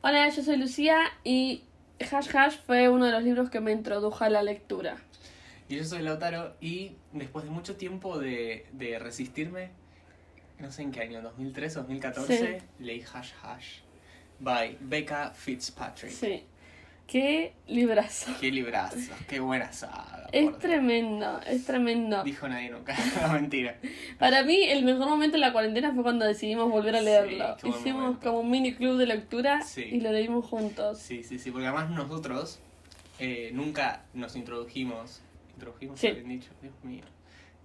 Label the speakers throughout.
Speaker 1: Hola, yo soy Lucía y Hash Hash fue uno de los libros que me introdujo a la lectura.
Speaker 2: Y yo soy Lautaro y después de mucho tiempo de, de resistirme, no sé en qué año, 2003 o 2014, leí Hash Hash by Becca Fitzpatrick.
Speaker 1: Sí. Qué librazo.
Speaker 2: Qué librazo, qué buena saga.
Speaker 1: Es
Speaker 2: por Dios.
Speaker 1: tremendo, es tremendo.
Speaker 2: Dijo nadie nunca, mentira.
Speaker 1: Para mí, el mejor momento de la cuarentena fue cuando decidimos volver a
Speaker 2: Sí,
Speaker 1: leerlo.
Speaker 2: qué buen
Speaker 1: Hicimos
Speaker 2: momento.
Speaker 1: como un mini club de lectura
Speaker 2: Sí.
Speaker 1: y lo leímos juntos.
Speaker 2: Sí, sí, sí, porque además nosotros eh, nunca nos introdujimos. ¿Introdujimos?
Speaker 1: Sí.
Speaker 2: habían dicho, Dios mío.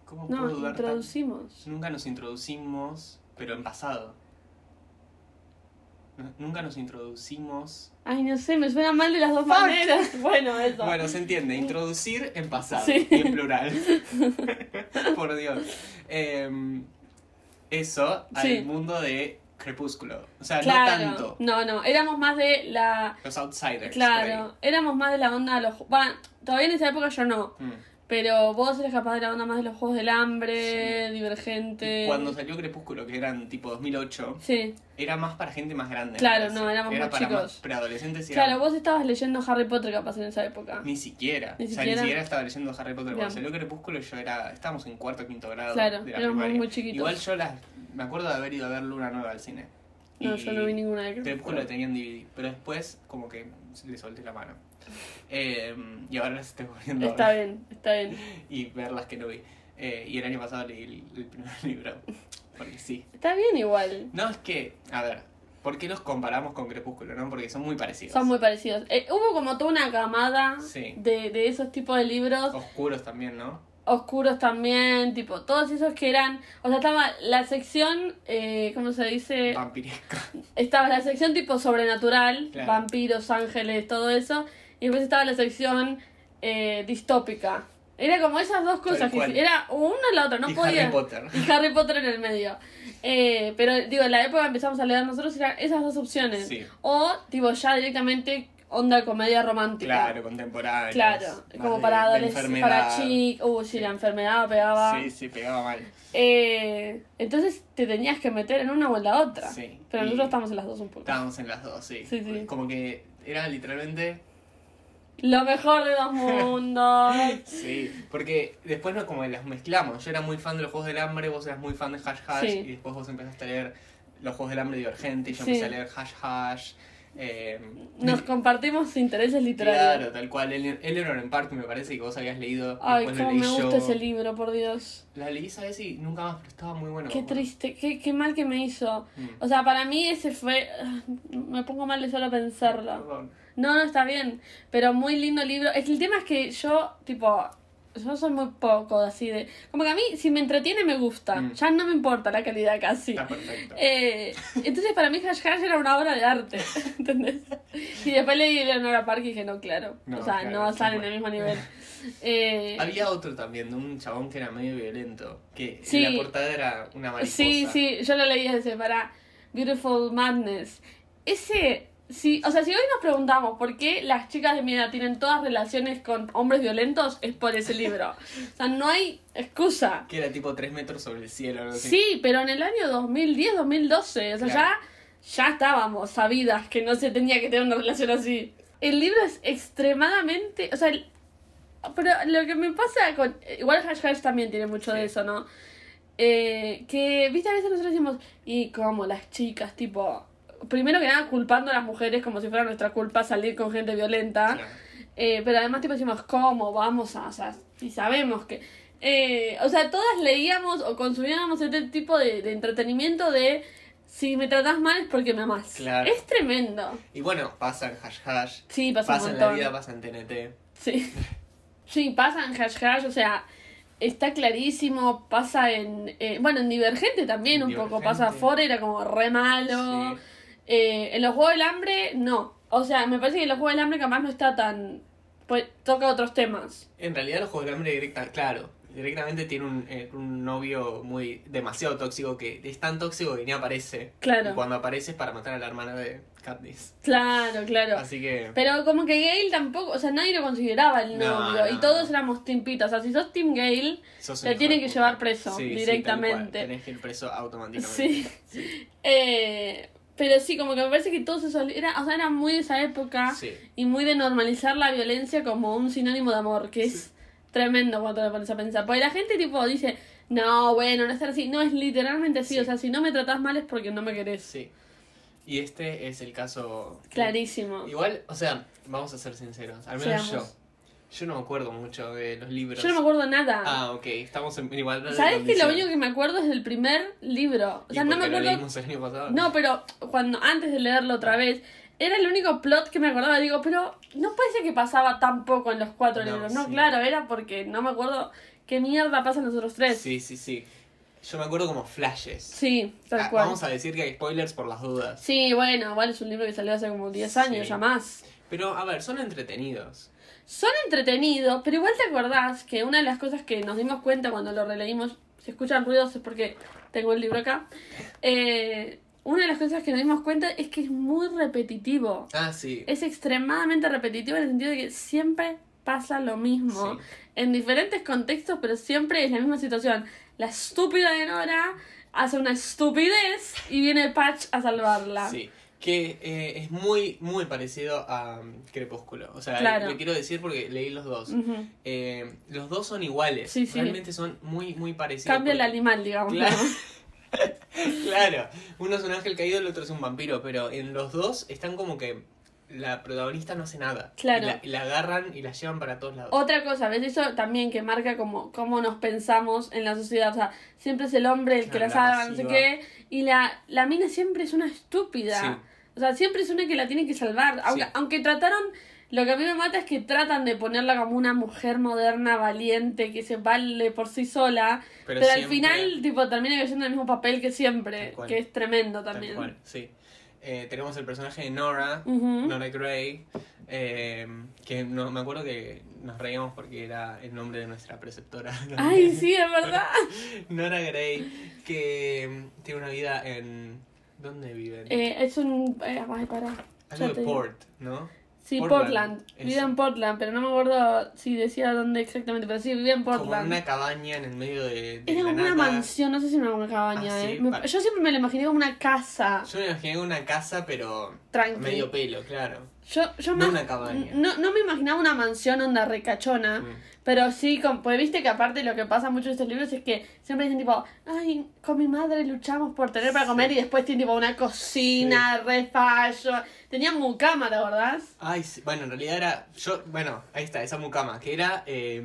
Speaker 2: ¿Cómo
Speaker 1: No,
Speaker 2: puedo dudar tanto?
Speaker 1: introducimos.
Speaker 2: Nunca nos introducimos, pero en pasado. N- Nunca nos introducimos.
Speaker 1: Ay, no sé, me suena mal de las dos
Speaker 2: Fuck.
Speaker 1: maneras. Bueno, eso.
Speaker 2: Bueno, se entiende, introducir en pasado
Speaker 1: Sí.
Speaker 2: y en plural. Por Dios. Em, eso al
Speaker 1: Sí.
Speaker 2: mundo de Crepúsculo. O sea,
Speaker 1: claro.
Speaker 2: no tanto.
Speaker 1: No, no, éramos más de la...
Speaker 2: Los outsiders.
Speaker 1: Claro, éramos más de la onda de los... ju- Va, todavía en esa época yo no.
Speaker 2: por ahí. Mm.
Speaker 1: Pero vos eres capaz de la onda más de los juegos del hambre, divergente.
Speaker 2: Y Cuando salió Crepúsculo, que eran tipo 2008,
Speaker 1: Sí,
Speaker 2: era más para gente más grande. me
Speaker 1: Claro,
Speaker 2: parece.
Speaker 1: no, éramos
Speaker 2: Era
Speaker 1: más
Speaker 2: para
Speaker 1: chicos.
Speaker 2: más preadolescentes y
Speaker 1: claro,
Speaker 2: era-
Speaker 1: vos estabas leyendo Harry Potter capaz en esa época.
Speaker 2: Ni siquiera.
Speaker 1: Ni
Speaker 2: o sea,
Speaker 1: siquiera.
Speaker 2: ni siquiera estaba leyendo Harry Potter.
Speaker 1: Bien.
Speaker 2: Cuando salió Crepúsculo yo era... Estábamos en cuarto quinto grado
Speaker 1: Claro,
Speaker 2: de la
Speaker 1: éramos
Speaker 2: primaria.
Speaker 1: muy chiquitos.
Speaker 2: Igual yo las... Me acuerdo de haber ido a ver Luna Nueva al cine.
Speaker 1: No,
Speaker 2: Y
Speaker 1: yo no vi ninguna de
Speaker 2: Crepúsculo
Speaker 1: Crepúsculo.
Speaker 2: la tenía en DVD. Pero después como que le solté la mano. Eh, y ahora las estoy volviendo a
Speaker 1: Está
Speaker 2: ver.
Speaker 1: bien, está bien.
Speaker 2: Y ver las que no vi. Eh, y el año pasado leí el, el primer libro. Porque sí.
Speaker 1: Está bien igual.
Speaker 2: No, es que... A ver. ¿Por qué los comparamos con Crepúsculo, no? Porque son muy parecidos.
Speaker 1: Son muy parecidos. Eh, hubo como toda una camada
Speaker 2: Sí.
Speaker 1: de, de esos tipos de libros
Speaker 2: Oscuros también, ¿no?
Speaker 1: oscuros también, tipo, todos esos que eran... O sea, estaba la sección, eh, ¿cómo se
Speaker 2: Ah,
Speaker 1: dice?
Speaker 2: Vampiresco.
Speaker 1: Estaba la sección tipo sobrenatural,
Speaker 2: Claro.
Speaker 1: vampiros, ángeles, todo eso. Y después estaba la sección eh, distópica. Era como esas dos cosas.
Speaker 2: Tal
Speaker 1: Que
Speaker 2: cual.
Speaker 1: si- era o una o la otra, no
Speaker 2: y
Speaker 1: podía.
Speaker 2: Harry Potter.
Speaker 1: Y Harry Potter en el medio. Eh, pero digo, en la época que empezamos a leer nosotros eran esas dos opciones.
Speaker 2: Sí.
Speaker 1: O tipo ya directamente onda comedia romántica.
Speaker 2: Claro, contemporáneo.
Speaker 1: Claro, como para adolescentes, para chicos, uh, sí,
Speaker 2: Sí.
Speaker 1: la enfermedad pegaba.
Speaker 2: Sí, sí, pegaba mal.
Speaker 1: Eh, entonces te tenías que meter en una o en la otra.
Speaker 2: Sí.
Speaker 1: Pero
Speaker 2: Y
Speaker 1: nosotros estamos en las dos un poco.
Speaker 2: Estábamos en las dos, sí.
Speaker 1: Sí, sí.
Speaker 2: Como que era literalmente.
Speaker 1: Lo mejor de dos mundos.
Speaker 2: Sí, porque después no como que las mezclamos. Yo era muy fan de los Juegos del Hambre, vos eras muy fan de Hash Hash,
Speaker 1: Sí.
Speaker 2: y después vos empezaste a leer los Juegos del Hambre Divergente, y yo
Speaker 1: Sí.
Speaker 2: empecé a leer Hash Hash. eh,
Speaker 1: Nos compartimos intereses literarios.
Speaker 2: Claro, tal cual. Ele- Eleanor en Park me parece que vos habías leído.
Speaker 1: Ay,
Speaker 2: después lo
Speaker 1: cómo
Speaker 2: leí
Speaker 1: me gusta
Speaker 2: yo.
Speaker 1: ese libro, por Dios.
Speaker 2: La leí esa vez y nunca más, pero estaba muy bueno.
Speaker 1: qué
Speaker 2: me acuerdo.
Speaker 1: triste, qué, qué mal que me hizo.
Speaker 2: Mm.
Speaker 1: O sea, para mí ese fue... ah, Me pongo mal de solo pensarlo.
Speaker 2: Perdón.
Speaker 1: No, no, está bien. Pero muy lindo libro. Es- El tema es que yo, tipo... Yo soy muy poco así de... Como que a mí, si me entretiene, me gusta.
Speaker 2: Mm.
Speaker 1: Ya no me importa la calidad casi.
Speaker 2: Está perfecto.
Speaker 1: Eh, entonces para mí Hash Hash era una obra de arte, ¿entendés? Y después leí Eleonora Park y dije, no, claro.
Speaker 2: No,
Speaker 1: o sea,
Speaker 2: claro,
Speaker 1: no
Speaker 2: sí,
Speaker 1: están en
Speaker 2: bueno.
Speaker 1: el mismo nivel. Eh,
Speaker 2: Había otro también, de un chabón que era medio violento, que en
Speaker 1: Sí.
Speaker 2: la portada era una mariposa.
Speaker 1: sí, sí, yo lo leí ese para Beautiful Madness. Ese, sí, o sea, si hoy nos preguntamos por qué las chicas de mi edad tienen todas relaciones con hombres violentos, es por ese libro. O sea, no hay excusa.
Speaker 2: Que era tipo 3 metros sobre el cielo, no sé.
Speaker 1: Sí, pero en el año 2010, 2012, o sea,
Speaker 2: Claro.
Speaker 1: ya, ya estábamos sabidas que no se tenía que tener una relación así. El libro es extremadamente, o sea, el- pero lo que me pasa con, igual Hash Hash también tiene mucho de
Speaker 2: Sí.
Speaker 1: eso, ¿no? Eh, que, viste, a veces nosotros decimos, y como las chicas, tipo, primero que nada culpando a las mujeres como si fuera nuestra culpa salir con gente violenta.
Speaker 2: Claro.
Speaker 1: Eh, pero además, tipo, decimos, ¿cómo vamos a.? O sea, si sabemos que. Eh, o sea, todas leíamos o consumíamos este tipo de, de entretenimiento de. Si me tratás mal es porque me amás.
Speaker 2: Claro.
Speaker 1: Es tremendo.
Speaker 2: Y bueno, pasan hash hash,
Speaker 1: Sí, pasa un
Speaker 2: pasan la
Speaker 1: montón.
Speaker 2: vida, pasan TNT.
Speaker 1: Sí. Sí, pasa en Hash Hash, o sea, está clarísimo, pasa en. eh, bueno, en Divergente también un poco,
Speaker 2: Divergente.
Speaker 1: pasa afuera, era como re malo. Eh, en los Juegos del Hambre, no. O sea, me parece que en los Juegos del Hambre capaz no está tan. Pues toca otros temas.
Speaker 2: Sí. En realidad los Juegos del Hambre directa, claro, directamente tiene un, eh, un novio muy demasiado tóxico que es tan tóxico que ni aparece.
Speaker 1: Claro.
Speaker 2: Y cuando aparece es para matar a la hermana de Katniss.
Speaker 1: Claro, claro.
Speaker 2: Así que...
Speaker 1: Pero como que Gale tampoco, o sea, nadie lo consideraba el
Speaker 2: No,
Speaker 1: novio.
Speaker 2: no,
Speaker 1: y
Speaker 2: no.
Speaker 1: todos éramos Team Pita. O sea, si sos Team Gale,
Speaker 2: sos
Speaker 1: Te
Speaker 2: un hijo
Speaker 1: tienen
Speaker 2: de
Speaker 1: que
Speaker 2: puta.
Speaker 1: llevar preso
Speaker 2: Sí, sí, tal cual.
Speaker 1: directamente.
Speaker 2: Tenés que ir preso automáticamente.
Speaker 1: sí.
Speaker 2: Sí.
Speaker 1: Eh, Pero sí, como que me parece que todos esos... Era, o sea, era muy de esa época
Speaker 2: Sí.
Speaker 1: y muy de normalizar la violencia como un sinónimo de amor, que
Speaker 2: Sí.
Speaker 1: es tremendo cuando te pones a pensar. Porque la gente tipo dice, no, bueno, no es así. No, es literalmente así.
Speaker 2: Sí.
Speaker 1: O sea, si no me tratás mal es porque no me querés.
Speaker 2: Sí. Y este es el caso.
Speaker 1: Clarísimo.
Speaker 2: Igual, o sea, vamos a ser sinceros. Al menos
Speaker 1: Seamos.
Speaker 2: yo. Yo no me acuerdo mucho de los libros.
Speaker 1: Yo no me acuerdo nada.
Speaker 2: Ah, ok. Estamos en igualdad de
Speaker 1: ¿Sabes que lo
Speaker 2: condición.
Speaker 1: único que me acuerdo es del primer libro? O
Speaker 2: ¿Y
Speaker 1: sea, no
Speaker 2: por
Speaker 1: me
Speaker 2: qué lo
Speaker 1: acuerdo
Speaker 2: leímos el año pasado?
Speaker 1: No, pero cuando antes de leerlo otra vez, era el único plot que me acordaba. Digo, pero no puede ser que pasaba tan poco en los cuatro
Speaker 2: No,
Speaker 1: libros. No,
Speaker 2: sí.
Speaker 1: claro, era porque no me acuerdo qué mierda pasa en los otros tres. Sí,
Speaker 2: Sí, sí, sí. Yo me acuerdo como flashes.
Speaker 1: tal
Speaker 2: Ah,
Speaker 1: cual.
Speaker 2: Vamos a decir que hay spoilers por las dudas.
Speaker 1: Sí, bueno, igual es un libro que salió hace como 10 años,
Speaker 2: Sí.
Speaker 1: ya más.
Speaker 2: Pero, a ver, son entretenidos.
Speaker 1: Son entretenidos, pero igual te acordás que una de las cosas que nos dimos cuenta cuando lo releímos, si escuchan ruidos es porque tengo el libro acá, eh, una de las cosas que nos dimos cuenta es que es muy repetitivo.
Speaker 2: Ah, sí.
Speaker 1: es extremadamente repetitivo en el sentido de que siempre pasa lo mismo.
Speaker 2: Sí.
Speaker 1: En diferentes contextos, pero siempre es la misma situación. La estúpida de Nora hace una estupidez y viene Patch a salvarla.
Speaker 2: Sí, que eh, es muy, muy parecido a um, Crepúsculo. O sea,
Speaker 1: Claro.
Speaker 2: lo quiero decir porque leí los dos.
Speaker 1: Ujú.
Speaker 2: Eh, los dos son iguales.
Speaker 1: Sí, sí.
Speaker 2: Realmente son muy, muy parecidos.
Speaker 1: Cambia el
Speaker 2: porque-
Speaker 1: animal, digamos.
Speaker 2: Claro.
Speaker 1: ¿no?
Speaker 2: claro. Uno es un ángel caído, el otro es un vampiro. Pero en los dos están como que la protagonista no hace nada.
Speaker 1: Claro.
Speaker 2: Y la, y la agarran y la llevan para todos lados.
Speaker 1: Otra cosa, ¿ves? Eso también que marca como cómo nos pensamos en la sociedad. O sea, siempre es el hombre el que
Speaker 2: Claro,
Speaker 1: la
Speaker 2: la
Speaker 1: salva, no sé
Speaker 2: pasiva.
Speaker 1: qué. Y la, la mina siempre es una estúpida.
Speaker 2: Sí.
Speaker 1: O sea, siempre es una que la tiene que salvar. Aunque,
Speaker 2: Sí.
Speaker 1: aunque trataron. Lo que a mí me mata es que tratan de ponerla como una mujer moderna, valiente, que se vale por sí sola. Pero, al
Speaker 2: siempre-
Speaker 1: final, tipo, termina cayendo en el mismo papel que siempre.
Speaker 2: Tal cual.
Speaker 1: Que es tremendo
Speaker 2: Tal
Speaker 1: también.
Speaker 2: cual, sí. Eh, tenemos el personaje de Nora,
Speaker 1: Ujú.
Speaker 2: Nora Gray, eh, que no, me acuerdo que nos reíamos porque era el nombre de nuestra preceptora.
Speaker 1: Ay, sí, es verdad.
Speaker 2: Nora Gray, que mm, tiene una vida en... ¿Dónde viven?
Speaker 1: Eh, es un. eh, ay, pará.
Speaker 2: Algo
Speaker 1: ya
Speaker 2: de
Speaker 1: te digo.
Speaker 2: Port, ¿no?
Speaker 1: Sí,
Speaker 2: Portland,
Speaker 1: Portland.
Speaker 2: eso.
Speaker 1: Vivía en Portland, pero no me acuerdo si decía dónde exactamente, pero sí, vivía en
Speaker 2: Como en
Speaker 1: Portland.
Speaker 2: una cabaña en el medio de... de
Speaker 1: Era
Speaker 2: la
Speaker 1: como una
Speaker 2: nada.
Speaker 1: mansión, no sé si era una cabaña,
Speaker 2: Ah,
Speaker 1: eh.
Speaker 2: sí,
Speaker 1: Me-
Speaker 2: pa-
Speaker 1: yo siempre me la imaginé como una casa,
Speaker 2: Yo me imaginé una casa, pero
Speaker 1: tranqui.
Speaker 2: medio pelo, claro.
Speaker 1: Yo, yo
Speaker 2: no
Speaker 1: más-
Speaker 2: una cabaña.
Speaker 1: No, no me imaginaba una mansión onda recachona,
Speaker 2: Mm.
Speaker 1: pero sí, con, pues viste que aparte lo que pasa mucho en estos libros es que siempre dicen tipo, ay, con mi madre luchamos por tener para
Speaker 2: Sí.
Speaker 1: comer y después tienen tipo una cocina, refallo. Tenían mucama, ¿te acordás?
Speaker 2: Ay, sí. bueno, en realidad era... Yo, bueno, ahí está, esa mucama, que era... eh,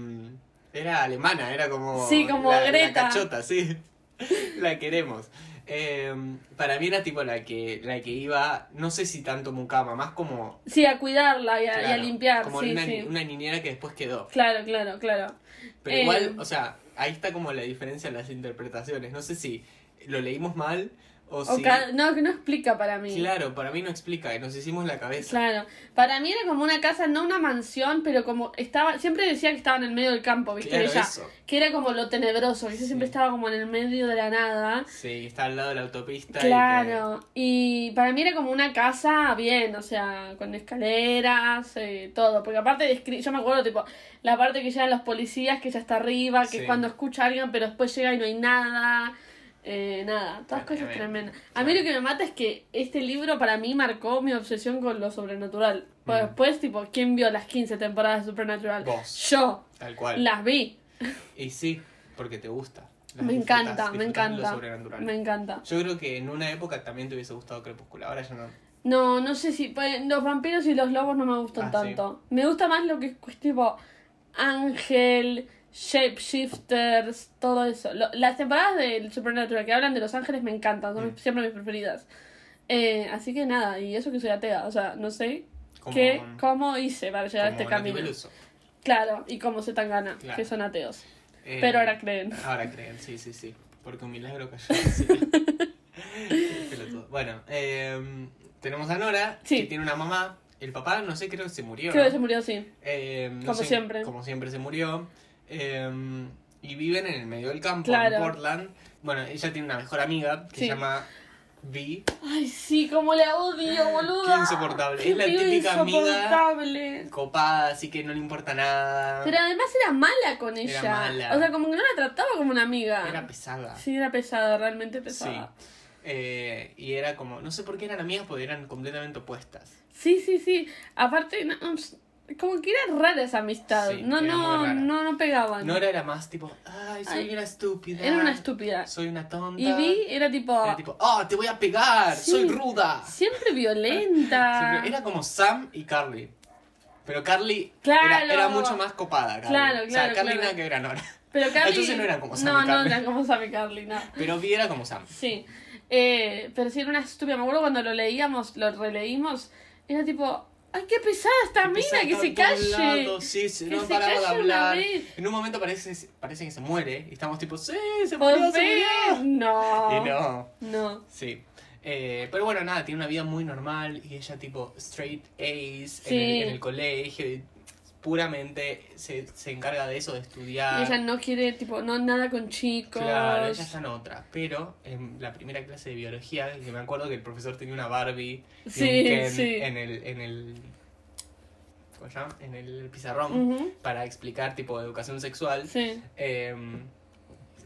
Speaker 2: era alemana, era como...
Speaker 1: Sí, como
Speaker 2: la, la
Speaker 1: Greta.
Speaker 2: cachota, sí. la queremos. Eh, para mí era tipo la que, la que iba, no sé si tanto mucama, más como...
Speaker 1: Sí, a cuidarla y a, y a
Speaker 2: claro,
Speaker 1: limpiar.
Speaker 2: Como
Speaker 1: sí,
Speaker 2: una,
Speaker 1: sí.
Speaker 2: una niñera que después quedó.
Speaker 1: Claro, claro, claro.
Speaker 2: Pero
Speaker 1: Eh,
Speaker 2: igual, o sea, ahí está como la diferencia en las interpretaciones. No sé si lo leímos mal o,
Speaker 1: O
Speaker 2: si...
Speaker 1: ca- no, que no explica para mí.
Speaker 2: Claro, para mí no explica, y nos hicimos la cabeza.
Speaker 1: Claro. Para mí era como una casa, no una mansión, pero como estaba, siempre decía que estaba en el medio del campo, ¿viste?
Speaker 2: Claro,
Speaker 1: Ella,
Speaker 2: eso.
Speaker 1: Que era como lo tenebroso, que yo siempre
Speaker 2: Sí.
Speaker 1: estaba como en el medio de la nada.
Speaker 2: Sí, está al lado de la autopista. y que-
Speaker 1: Claro. Y para mí era como una casa bien, o sea, con escaleras, eh, todo. Porque aparte, descri- yo me acuerdo, tipo, la parte que llegan los policías, que ya está arriba, que
Speaker 2: Sí.
Speaker 1: es cuando escucha a alguien, pero después llega y no hay nada. Eh, nada, todas
Speaker 2: Tremendo.
Speaker 1: cosas tremendas. A mí lo que me mata es que este libro para mí marcó mi obsesión con lo sobrenatural. Pues
Speaker 2: Mm.
Speaker 1: después, tipo, ¿quién vio las 15 temporadas de Supernatural?
Speaker 2: Vos.
Speaker 1: Yo
Speaker 2: Tal cual.
Speaker 1: las vi,
Speaker 2: Y sí, porque te gusta. Las
Speaker 1: Me
Speaker 2: disfrutás,
Speaker 1: encanta, me
Speaker 2: disfrutás
Speaker 1: encanta.
Speaker 2: Lo sobrenatural.
Speaker 1: me encanta.
Speaker 2: Yo creo que en una época también te hubiese gustado Crepúsculo, ahora ya no.
Speaker 1: No, no sé si. pues, Los vampiros y los lobos no me gustan
Speaker 2: Ah,
Speaker 1: tanto. Me gusta más lo que es pues, tipo ángel, shapeshifters, todo eso. Lo- las temporadas del Supernatural que hablan de los ángeles me encantan, son
Speaker 2: Mm.
Speaker 1: siempre mis preferidas. Eh, así que nada, y eso que soy atea, o sea, no sé
Speaker 2: Como,
Speaker 1: qué, cómo hice para llegar a
Speaker 2: como
Speaker 1: este camino.
Speaker 2: Nati Peluso.
Speaker 1: Claro, y cómo se tan gana,
Speaker 2: Claro.
Speaker 1: que son ateos.
Speaker 2: Eh,
Speaker 1: Pero ahora creen.
Speaker 2: Ahora creen, sí, sí, sí. Porque un milagro cayó. del cielo. Qué pelotudo. bueno, eh, tenemos a Nora,
Speaker 1: Sí.
Speaker 2: que tiene una mamá. El papá, no sé, creo que se murió.
Speaker 1: Creo
Speaker 2: ¿no?
Speaker 1: que se murió así.
Speaker 2: Eh, no
Speaker 1: Como
Speaker 2: sé,
Speaker 1: siempre.
Speaker 2: Como siempre se murió. Eh, y viven en el medio del campo,
Speaker 1: Claro.
Speaker 2: en Portland. Bueno, ella tiene una mejor amiga que
Speaker 1: Sí. Ah,
Speaker 2: se llama Vi.
Speaker 1: Ay, sí, cómo le odio, boludo.
Speaker 2: Qué insoportable.
Speaker 1: Qué
Speaker 2: Es la
Speaker 1: pibe
Speaker 2: típica amiga-
Speaker 1: insoportable.
Speaker 2: Copada, así que no le importa nada.
Speaker 1: Pero además era mala con
Speaker 2: Era
Speaker 1: ella.
Speaker 2: mala.
Speaker 1: O sea, como que no la trataba como una amiga.
Speaker 2: Era pesada.
Speaker 1: Sí, era pesada, realmente pesada.
Speaker 2: Sí. Eh, y era como, no sé por qué eran amigas, porque eran completamente opuestas.
Speaker 1: Sí, sí, sí. Aparte, no, como que era rara esa amistad.
Speaker 2: Sí,
Speaker 1: no,
Speaker 2: era muy
Speaker 1: no,
Speaker 2: rara.
Speaker 1: no, no pegaban.
Speaker 2: Nora era más tipo, ay, soy
Speaker 1: Ay,
Speaker 2: una estúpida.
Speaker 1: Era una estúpida.
Speaker 2: Soy una tonta.
Speaker 1: Y Vi era tipo,
Speaker 2: Era tipo, oh, te voy a pegar,
Speaker 1: Sí.
Speaker 2: soy ruda.
Speaker 1: siempre violenta.
Speaker 2: Siempre- Era como Sam y Carly. Pero Carly
Speaker 1: Claro.
Speaker 2: era, era mucho más copada. Carly.
Speaker 1: Claro,
Speaker 2: O sea,
Speaker 1: claro,
Speaker 2: Carly
Speaker 1: claro.
Speaker 2: nada que ver a Nora.
Speaker 1: Pero Carly...
Speaker 2: Entonces no eran como Sam y
Speaker 1: No, no
Speaker 2: Carly.
Speaker 1: eran como Sam y Carly, no.
Speaker 2: Pero Vi era como Sam.
Speaker 1: Sí. Eh, pero sí era una estúpida. Me acuerdo cuando lo leíamos, lo releímos, era tipo, ay, qué pesada esta mina,
Speaker 2: Empieza
Speaker 1: que
Speaker 2: a
Speaker 1: se
Speaker 2: estar por un
Speaker 1: calle.
Speaker 2: lado, sí, sí,
Speaker 1: Que
Speaker 2: no
Speaker 1: se
Speaker 2: paraba de
Speaker 1: calle una
Speaker 2: hablar.
Speaker 1: vez.
Speaker 2: En un momento parece, parece que se muere. Y estamos tipo, sí, se
Speaker 1: Por
Speaker 2: murió, se
Speaker 1: fin.
Speaker 2: murió.
Speaker 1: No.
Speaker 2: Y no,
Speaker 1: No.
Speaker 2: sí. Eh, pero bueno, nada, tiene una vida muy normal. Y ella tipo, straight A's en,
Speaker 1: Sí.
Speaker 2: el, en el colegio. y puramente se, se encarga de eso, de estudiar.
Speaker 1: Y ella no quiere, tipo, no nada con chicos.
Speaker 2: Ah. Claro, ella está en otra. Pero en la primera clase de biología, que me acuerdo que el profesor tenía una Barbie y
Speaker 1: Sí,
Speaker 2: un Ken
Speaker 1: sí.
Speaker 2: en el, en el. ¿Cómo se llama? En el pizarrón
Speaker 1: Ujú.
Speaker 2: para explicar tipo educación sexual.
Speaker 1: Sí.
Speaker 2: eh,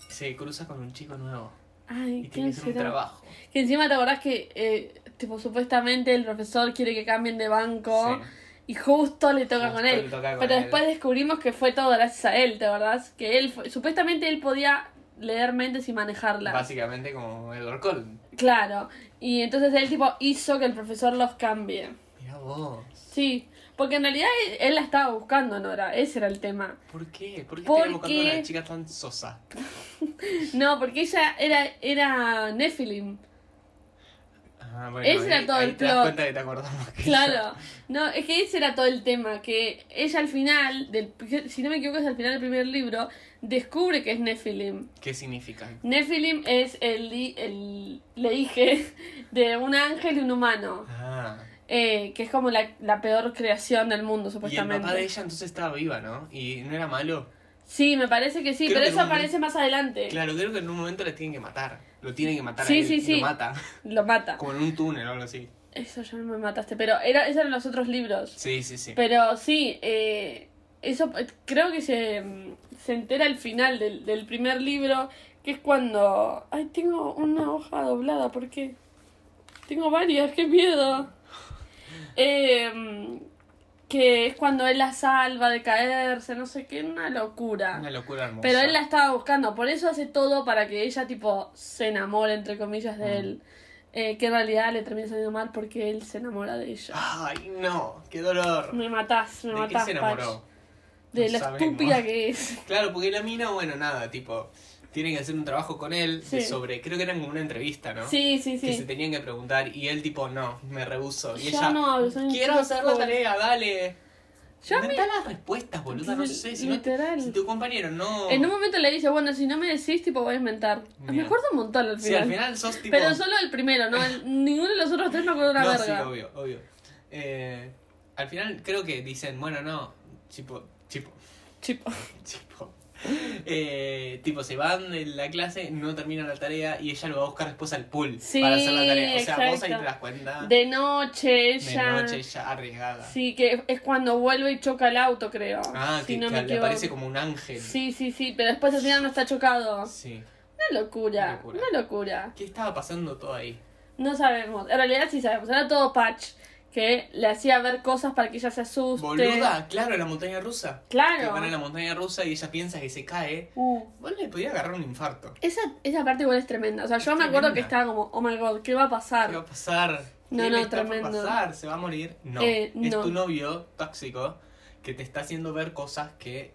Speaker 2: se cruza con un chico nuevo
Speaker 1: Ay,
Speaker 2: y
Speaker 1: qué
Speaker 2: tiene que hacer un
Speaker 1: ansiedad.
Speaker 2: trabajo.
Speaker 1: Que encima te acordás que, eh, tipo, supuestamente el profesor quiere que cambien de banco
Speaker 2: Sí.
Speaker 1: y justo le toca
Speaker 2: Justo
Speaker 1: con
Speaker 2: le
Speaker 1: él.
Speaker 2: toca con
Speaker 1: Pero
Speaker 2: él.
Speaker 1: después descubrimos que fue todo gracias a él, ¿te acordás? Que él, fue- supuestamente él podía leer mentes y manejarlas.
Speaker 2: Básicamente como Edward Cullen.
Speaker 1: Claro. Y entonces él, tipo, hizo que el profesor los cambie.
Speaker 2: Mira vos.
Speaker 1: Sí. Porque en realidad él, él la estaba buscando, Nora. Ese era el tema.
Speaker 2: ¿Por qué? ¿Por qué
Speaker 1: Porque-
Speaker 2: estoy buscando a una chica tan sosa?
Speaker 1: No, porque ella era, era Nephilim.
Speaker 2: Ah, bueno,
Speaker 1: Ese era
Speaker 2: ahí-
Speaker 1: todo
Speaker 2: ahí
Speaker 1: el
Speaker 2: te das
Speaker 1: plot.
Speaker 2: cuenta que te acordás más que yo.
Speaker 1: Claro. No, es que ese era todo el tema, que ella al final, del, si no me equivoco es al final del primer libro, descubre que es Nephilim.
Speaker 2: ¿Qué significa?
Speaker 1: Nephilim es el, li- el le dije, de un ángel y un humano,
Speaker 2: Ah.
Speaker 1: eh, que es como la, la peor creación del mundo,
Speaker 2: Y el
Speaker 1: supuestamente.
Speaker 2: papá de ella entonces estaba viva, ¿no? Y no era malo.
Speaker 1: Sí, me parece que sí,
Speaker 2: Creo
Speaker 1: pero
Speaker 2: que
Speaker 1: eso
Speaker 2: en un-
Speaker 1: aparece más adelante.
Speaker 2: Claro, creo que en un momento le tienen que matar. Lo tienen que matar
Speaker 1: Eh. Sí,
Speaker 2: a él,
Speaker 1: sí,
Speaker 2: y
Speaker 1: sí.
Speaker 2: Lo mata.
Speaker 1: Lo mata.
Speaker 2: Como en un túnel o algo así.
Speaker 1: Eso ya me mataste, pero era, esos eran los otros libros.
Speaker 2: Sí, sí, sí.
Speaker 1: Pero sí, eh, eso eh, creo que se, mm, se entera al final del, del primer libro, que es cuando... Ay, tengo una hoja doblada, ¿por qué? Tengo varias, qué miedo. Eh, mm, que es cuando él la salva de caerse, no sé qué, una locura.
Speaker 2: Una locura hermosa.
Speaker 1: Pero él la estaba buscando, por eso hace todo para que ella, tipo, se enamore, entre comillas, de
Speaker 2: Mm.
Speaker 1: él. Eh, que en realidad le termina saliendo mal porque él se enamora de ella.
Speaker 2: ¡Ay, no! ¡Qué dolor!
Speaker 1: Me matás, me
Speaker 2: Ah, ¿De
Speaker 1: matás,
Speaker 2: qué se enamoró?
Speaker 1: Patch. De
Speaker 2: No
Speaker 1: la
Speaker 2: sabemos.
Speaker 1: estúpida que es.
Speaker 2: Claro, porque la mina, bueno, nada, tipo... Tienen que hacer un trabajo con él de
Speaker 1: Sí.
Speaker 2: sobre... Creo que eran como una entrevista, ¿no?
Speaker 1: Sí, sí,
Speaker 2: Que se
Speaker 1: sí.
Speaker 2: tenían que preguntar y él tipo, no, me rehuso. Y
Speaker 1: Yo
Speaker 2: ella,
Speaker 1: no hablo, soy un
Speaker 2: quiero
Speaker 1: chico
Speaker 2: hacer la
Speaker 1: cool".
Speaker 2: tarea, dale.
Speaker 1: Yo a mí-
Speaker 2: Inventá las respuestas, boluda, no sé. Si, no-
Speaker 1: Literal.
Speaker 2: si tu compañero no...
Speaker 1: En un momento le dice, bueno, si no me decís, tipo, voy a inventar. Me
Speaker 2: Mira.
Speaker 1: acuerdo un montón al final.
Speaker 2: Si al final sos tipo...
Speaker 1: Pero solo el primero, ¿no? El- ninguno de los otros tres me acuerdo una
Speaker 2: no, sí,
Speaker 1: verga.
Speaker 2: obvio, obvio. Eh, al final creo que dicen, bueno, no, tipo, tipo,
Speaker 1: Tipo,
Speaker 2: tipo. Eh, tipo, se van de la clase, no terminan la tarea y ella lo va a buscar después al pool
Speaker 1: Sí,
Speaker 2: para hacer la tarea. O sea, vos ahí
Speaker 1: exacto.
Speaker 2: te das cuenta Ah. de,
Speaker 1: de noche ella.
Speaker 2: noche ya arriesgada.
Speaker 1: Sí, que es cuando vuelve y choca el auto, creo.
Speaker 2: Ah,
Speaker 1: si
Speaker 2: que,
Speaker 1: no
Speaker 2: que
Speaker 1: me
Speaker 2: le
Speaker 1: equivoco.
Speaker 2: parece como un ángel.
Speaker 1: Sí, sí, sí, pero después al final no está chocado.
Speaker 2: Sí.
Speaker 1: Una locura,
Speaker 2: Una locura.
Speaker 1: una locura.
Speaker 2: ¿Qué estaba pasando todo ahí?
Speaker 1: No sabemos. En realidad sí sabemos. Era todo Patch que le hacía ver cosas para que ella se asuste.
Speaker 2: Boluda, claro, la montaña rusa. Que van a la
Speaker 1: Claro.
Speaker 2: montaña rusa y ella piensa que se cae.
Speaker 1: Uh.
Speaker 2: Vos le podía agarrar un infarto.
Speaker 1: Esa, esa parte igual es tremenda. O sea, yo me
Speaker 2: tremenda.
Speaker 1: acuerdo que estaba como, oh my god, ¿qué va a pasar?
Speaker 2: ¿Qué va a pasar?
Speaker 1: No,
Speaker 2: ¿Qué
Speaker 1: no,
Speaker 2: le está por
Speaker 1: tremendo.
Speaker 2: pasar? ¿Se va a morir? No.
Speaker 1: Eh,
Speaker 2: Es
Speaker 1: no.
Speaker 2: tu novio tóxico que te está haciendo ver cosas que.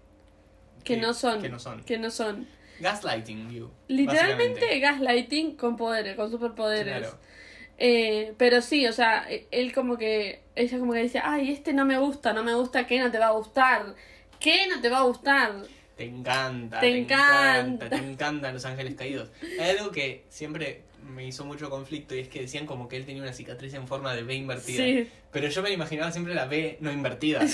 Speaker 1: Que no son.
Speaker 2: Que no son.
Speaker 1: Que no son.
Speaker 2: Gaslighting you.
Speaker 1: Literalmente gaslighting con poderes, con superpoderes.
Speaker 2: básicamente. Claro.
Speaker 1: Eh, pero sí, o sea, e- él como que, ella como que dice, ay, este no me gusta, no me gusta, ¿qué no te va a gustar? ¿Qué no te va a gustar?
Speaker 2: Te encanta.
Speaker 1: Te encanta.
Speaker 2: Te encantan los ángeles caídos. Hay algo que siempre me hizo mucho conflicto y es que decían como que él tenía una cicatriz en forma de B invertida.
Speaker 1: Sí.
Speaker 2: Pero yo me imaginaba siempre la B no invertida.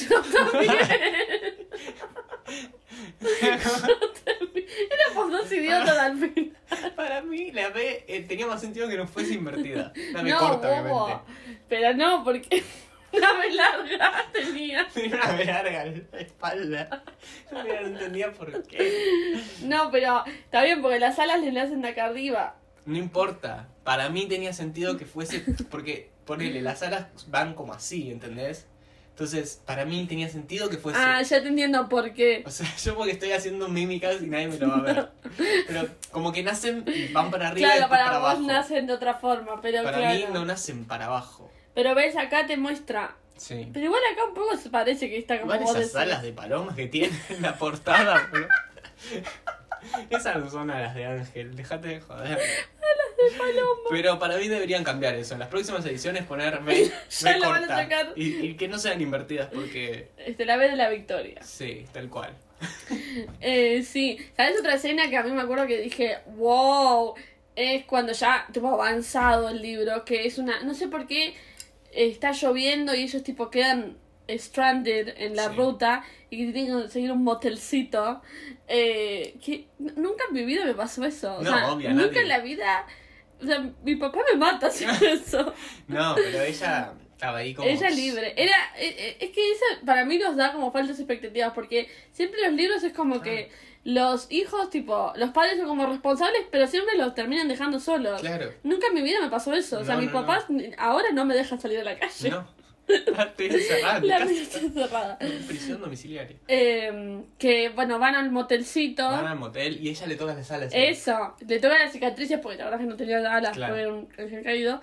Speaker 1: Éramos dos idiotas al fin.
Speaker 2: Para mí la B eh, tenía más sentido que no fuese invertida. La B
Speaker 1: no,
Speaker 2: corta,
Speaker 1: bobo.
Speaker 2: obviamente.
Speaker 1: Pero no, porque una vez larga tenía.
Speaker 2: Tenía una B larga en la espalda. Yo no entendía por qué.
Speaker 1: No, pero está bien, porque las alas le nacen de acá arriba.
Speaker 2: No importa. Para mí tenía sentido que fuese. Porque, ponele, las alas van como así, ¿entendés? Entonces, para mí tenía sentido que fuese.
Speaker 1: Ah, ya te entiendo por qué.
Speaker 2: O sea, yo porque estoy haciendo mímicas y nadie me lo va a ver. Pero como que nacen, van para arriba y
Speaker 1: claro,
Speaker 2: después
Speaker 1: para,
Speaker 2: para,
Speaker 1: vos
Speaker 2: abajo.
Speaker 1: nacen de otra forma, pero
Speaker 2: para
Speaker 1: claro.
Speaker 2: mí no nacen para abajo.
Speaker 1: Pero ves, acá te muestra.
Speaker 2: Sí.
Speaker 1: Pero igual acá un poco se parece que está como
Speaker 2: Igual
Speaker 1: vos
Speaker 2: esas
Speaker 1: decís.
Speaker 2: alas de palomas que tiene en la portada, boludo. Esas no son alas de ángel, déjate de joder. Alas de paloma. Pero para mí deberían cambiar eso. En las próximas ediciones poner me,
Speaker 1: Ya
Speaker 2: me
Speaker 1: lo van a
Speaker 2: corta.
Speaker 1: sacar.
Speaker 2: Y, y que no sean invertidas porque.
Speaker 1: Este, la vez de la victoria.
Speaker 2: Sí, tal cual.
Speaker 1: Eh, sí, ¿sabes otra escena que a mí me acuerdo que dije, wow? Es cuando ya, tipo, avanzado el libro, que es una, no sé por qué, eh, está lloviendo y ellos, tipo, quedan stranded en la
Speaker 2: Sí.
Speaker 1: ruta y tienen que conseguir un motelcito. Eh, que n- nunca en mi vida me pasó eso. o
Speaker 2: No,
Speaker 1: sea,
Speaker 2: obvio,
Speaker 1: nunca
Speaker 2: nadie.
Speaker 1: en la vida. O sea, mi papá me mata si hago eso.
Speaker 2: No, pero ella estaba ahí como.
Speaker 1: Ella libre. Era, eh, eh, es que eso para mí nos da como falsas expectativas, porque siempre los libros es como que
Speaker 2: Ah.
Speaker 1: los hijos, tipo, los padres son como responsables, pero siempre los terminan dejando solos.
Speaker 2: Claro.
Speaker 1: Nunca en mi vida me pasó eso. o sea,
Speaker 2: No,
Speaker 1: mis
Speaker 2: no,
Speaker 1: papás ni- ahora no me dejan salir a la calle.
Speaker 2: No. Estoy encerrada en mi
Speaker 1: La
Speaker 2: casa.
Speaker 1: mía está cerrada.
Speaker 2: En prisión domiciliaria.
Speaker 1: Eh, que bueno, van al motelcito.
Speaker 2: Van al motel y ella le toca las alas.
Speaker 1: Eso, le toca las cicatrices porque la verdad es que no tenía alas,
Speaker 2: Claro.
Speaker 1: fue un ángel caído.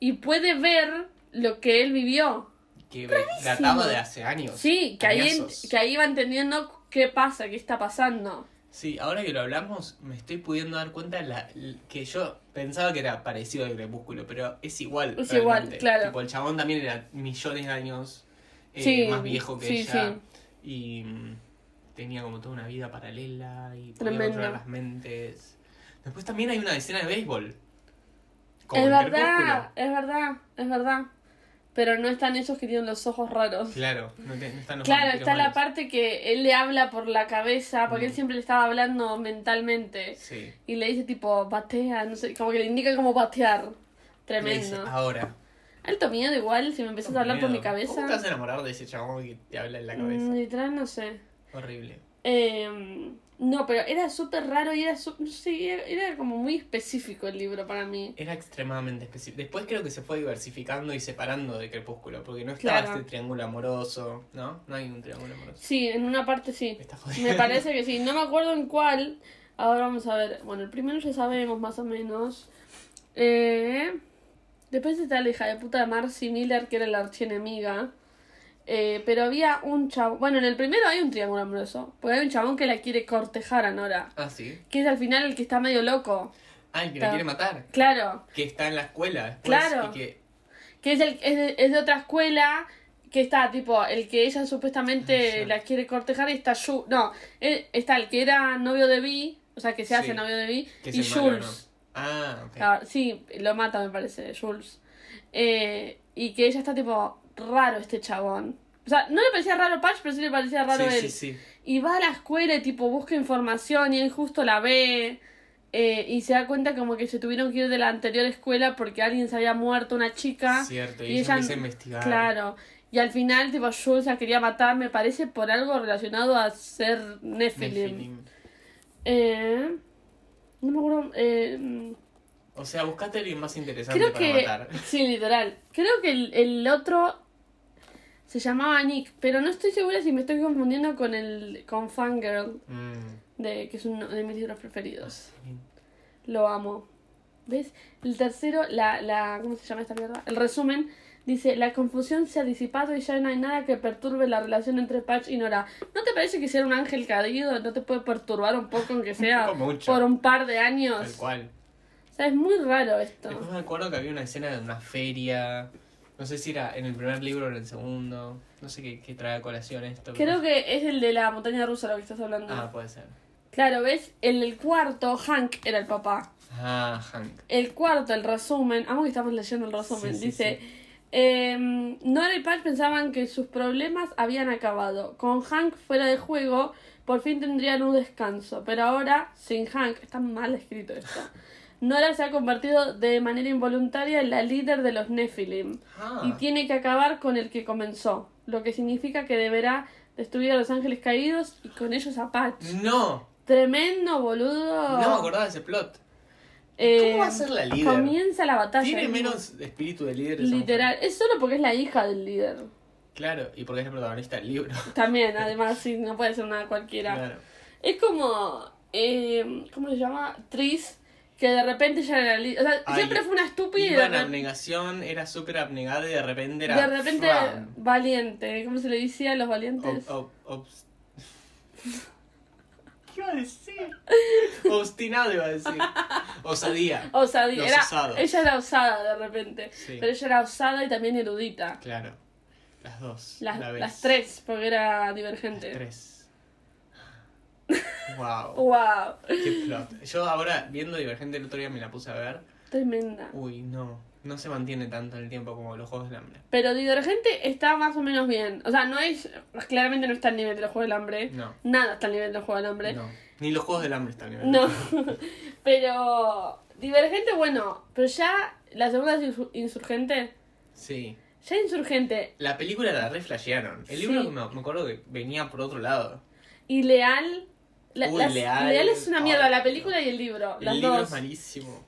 Speaker 1: Y puede ver lo que él vivió.
Speaker 2: Que databa de hace años.
Speaker 1: Sí, que ahí,
Speaker 2: Añazos.
Speaker 1: que ahí va entendiendo qué pasa, qué está pasando.
Speaker 2: Sí, ahora que lo hablamos, me estoy pudiendo dar cuenta la, l- que yo pensaba que era parecido al Crepúsculo, pero es igual.
Speaker 1: Es igual, claro.
Speaker 2: Tipo, el chabón también era millones de años eh,
Speaker 1: Sí,
Speaker 2: más viejo que
Speaker 1: sí,
Speaker 2: ella. Y mm, tenía como toda una vida paralela y podía
Speaker 1: Tremendo.
Speaker 2: controlar las mentes. Después también hay una escena de béisbol. Como
Speaker 1: es
Speaker 2: en
Speaker 1: verdad, es verdad, es verdad. Pero no están ellos que tienen los ojos raros.
Speaker 2: Crepúsculo. Claro, no, te- no están los
Speaker 1: Claro,
Speaker 2: vampiros
Speaker 1: está la
Speaker 2: malos.
Speaker 1: parte que él le habla por la cabeza, porque él
Speaker 2: Mm.
Speaker 1: siempre le estaba hablando mentalmente.
Speaker 2: Sí.
Speaker 1: Y le dice tipo, batea, no sé, como que le indica cómo batear.
Speaker 2: Le dice, "Ah".
Speaker 1: Tremendo.
Speaker 2: ahora.
Speaker 1: Alto miedo igual, si me empezás a hablar por mi cabeza.
Speaker 2: ¿Cómo te vas a enamorar de ese chabón que te habla en la cabeza?
Speaker 1: Mm, Literal, no sé.
Speaker 2: Horrible.
Speaker 1: Eh, no, pero era súper raro y era, su- no sé, era, era como muy específico el libro para mí.
Speaker 2: Era extremadamente específico. Después creo que se fue diversificando y separando de Crepúsculo, porque no estaba
Speaker 1: Claro.
Speaker 2: este triángulo amoroso, ¿no? No hay un triángulo amoroso.
Speaker 1: Sí, en una parte sí.
Speaker 2: Me está jodiendo.
Speaker 1: Me parece que sí. No me acuerdo en cuál. Ahora vamos a ver. Bueno, el primero ya sabemos más o menos. Eh, después está la hija de puta de Marcy Miller, que era la archienemiga. Eh, pero había un chabón. Bueno, en el primero hay un triángulo amoroso. Porque hay un chabón que la quiere cortejar a Nora.
Speaker 2: Ah, sí.
Speaker 1: Que es al final el que está medio loco.
Speaker 2: Ah, el que
Speaker 1: Está.
Speaker 2: la quiere matar.
Speaker 1: Claro.
Speaker 2: Que está en la escuela después.
Speaker 1: Claro.
Speaker 2: Y que
Speaker 1: Que es, el, es, de, es de otra escuela. Que está, tipo, el que ella
Speaker 2: Ah,
Speaker 1: supuestamente
Speaker 2: ya.
Speaker 1: la quiere cortejar y está Ju No, eh, está el que era novio de Vi. O sea, que se hace
Speaker 2: Sí.
Speaker 1: novio de Vi.
Speaker 2: que es
Speaker 1: y
Speaker 2: el malo, ¿no?
Speaker 1: Jules.
Speaker 2: Ah, ok.
Speaker 1: Ah, sí, lo mata, me parece, Jules. Eh, y que ella está tipo, raro este chabón. O sea, no le parecía raro Patch, pero sí le parecía raro
Speaker 2: sí,
Speaker 1: él.
Speaker 2: sí, sí.
Speaker 1: Y va a la escuela y tipo busca información y él justo la ve. eh, y se da cuenta como que se tuvieron que ir de la anterior escuela porque alguien se había muerto, una chica.
Speaker 2: Cierto, y,
Speaker 1: y
Speaker 2: ella,
Speaker 1: ella-
Speaker 2: empieza a investigar.
Speaker 1: Claro. Y al final, tipo, Jules la quería matar, me parece, por algo relacionado a ser Nephilim.
Speaker 2: Nephilim.
Speaker 1: Eh, no me acuerdo. eh,
Speaker 2: O sea, buscate a alguien más interesante
Speaker 1: Creo
Speaker 2: para
Speaker 1: que.
Speaker 2: matar.
Speaker 1: Sí, literal. Creo que el, el otro se llamaba Nick, pero no estoy segura si me estoy confundiendo con el con Fangirl,
Speaker 2: Mm.
Speaker 1: de, que es uno de mis libros preferidos. Lo amo. ¿Ves? El tercero, la, la. ¿Cómo se llama esta mierda? El resumen. Dice, la confusión se ha disipado y ya no hay nada que perturbe la relación entre Patch y Nora. ¿No te parece que ser un ángel caído no te puede perturbar un poco, aunque sea
Speaker 2: poco mucho.
Speaker 1: por un par de años?
Speaker 2: Tal cual.
Speaker 1: O sea, es muy raro esto.
Speaker 2: Después me acuerdo que había una escena de una feria. No sé si era en el primer libro o en el segundo. No sé qué, qué trae a colación esto.
Speaker 1: Creo que es el de la montaña rusa lo que estás hablando.
Speaker 2: Ah, puede ser.
Speaker 1: Claro, ¿ves? En el cuarto, Hank era el papá.
Speaker 2: Ah, Hank.
Speaker 1: El cuarto, el resumen. Amo que estamos leyendo el resumen.
Speaker 2: Sí, sí,
Speaker 1: Dice. em, Nora y Patch pensaban que sus problemas habían acabado. Con Hank fuera de juego, por fin tendrían un descanso. Pero ahora, sin Hank, está mal escrito esto. Nora se ha convertido de manera involuntaria en la líder de los Nephilim. y
Speaker 2: Ah,
Speaker 1: tiene que acabar con el que comenzó, lo que significa que deberá destruir a los ángeles caídos y con ellos a Patch.
Speaker 2: no,
Speaker 1: Tremendo,
Speaker 2: Mm. no
Speaker 1: boludo.
Speaker 2: me acordaba de ese plot.
Speaker 1: Eh,
Speaker 2: ¿Cómo va a ser la líder?
Speaker 1: Comienza la batalla.
Speaker 2: Tiene
Speaker 1: ¿no?
Speaker 2: menos espíritu de líder. esa
Speaker 1: Literal. Es solo porque es la hija del líder.
Speaker 2: mujer. Claro, y porque es la protagonista del libro.
Speaker 1: También, además, sí, no puede ser nada cualquiera.
Speaker 2: Claro.
Speaker 1: Es como. eh, ¿Cómo se llama? Tris, que de repente ya era la líder. O sea,
Speaker 2: Ay,
Speaker 1: siempre fue una estúpida y
Speaker 2: Iba
Speaker 1: de
Speaker 2: en
Speaker 1: re-
Speaker 2: abnegación, era súper abnegada y de repente era.
Speaker 1: de repente
Speaker 2: fran.
Speaker 1: valiente. ¿Cómo se le decía a los valientes?
Speaker 2: Ob- ob- obs- ¿Qué iba a decir? Obstinado iba a decir. Osadía.
Speaker 1: Osadía.
Speaker 2: Los
Speaker 1: Era-
Speaker 2: osados.
Speaker 1: ella era osada de repente.
Speaker 2: Sí.
Speaker 1: Pero ella era osada y también erudita.
Speaker 2: Claro. Las dos.
Speaker 1: Las,
Speaker 2: la vez.
Speaker 1: las tres, porque era
Speaker 2: Las
Speaker 1: divergente.
Speaker 2: tres.
Speaker 1: Uh.
Speaker 2: Wow.
Speaker 1: ¡Wow!
Speaker 2: Qué plot. Yo ahora, viendo Divergente el otro día, me la puse a ver.
Speaker 1: Tremenda.
Speaker 2: Uy, no. No se mantiene tanto en el tiempo como los Juegos del Hambre.
Speaker 1: Pero Divergente está más o menos bien. O sea, no es. Claramente no está al nivel de los Juegos del Hambre.
Speaker 2: No.
Speaker 1: Nada está al nivel de los Juegos del Hambre.
Speaker 2: No. Ni los Juegos del Hambre están bien.
Speaker 1: No. pero. Divergente, bueno. Pero ya. La segunda es Insur- Insurgente.
Speaker 2: Sí.
Speaker 1: Ya Insurgente.
Speaker 2: La película la reflashearon. El
Speaker 1: Sí.
Speaker 2: libro me, me acuerdo que venía por otro lado.
Speaker 1: Y Leal. la-
Speaker 2: Uy,
Speaker 1: las-
Speaker 2: Leal.
Speaker 1: es una mierda,
Speaker 2: Ay,
Speaker 1: la
Speaker 2: no.
Speaker 1: película y el libro.
Speaker 2: El
Speaker 1: las
Speaker 2: libro
Speaker 1: dos.
Speaker 2: es malísimo.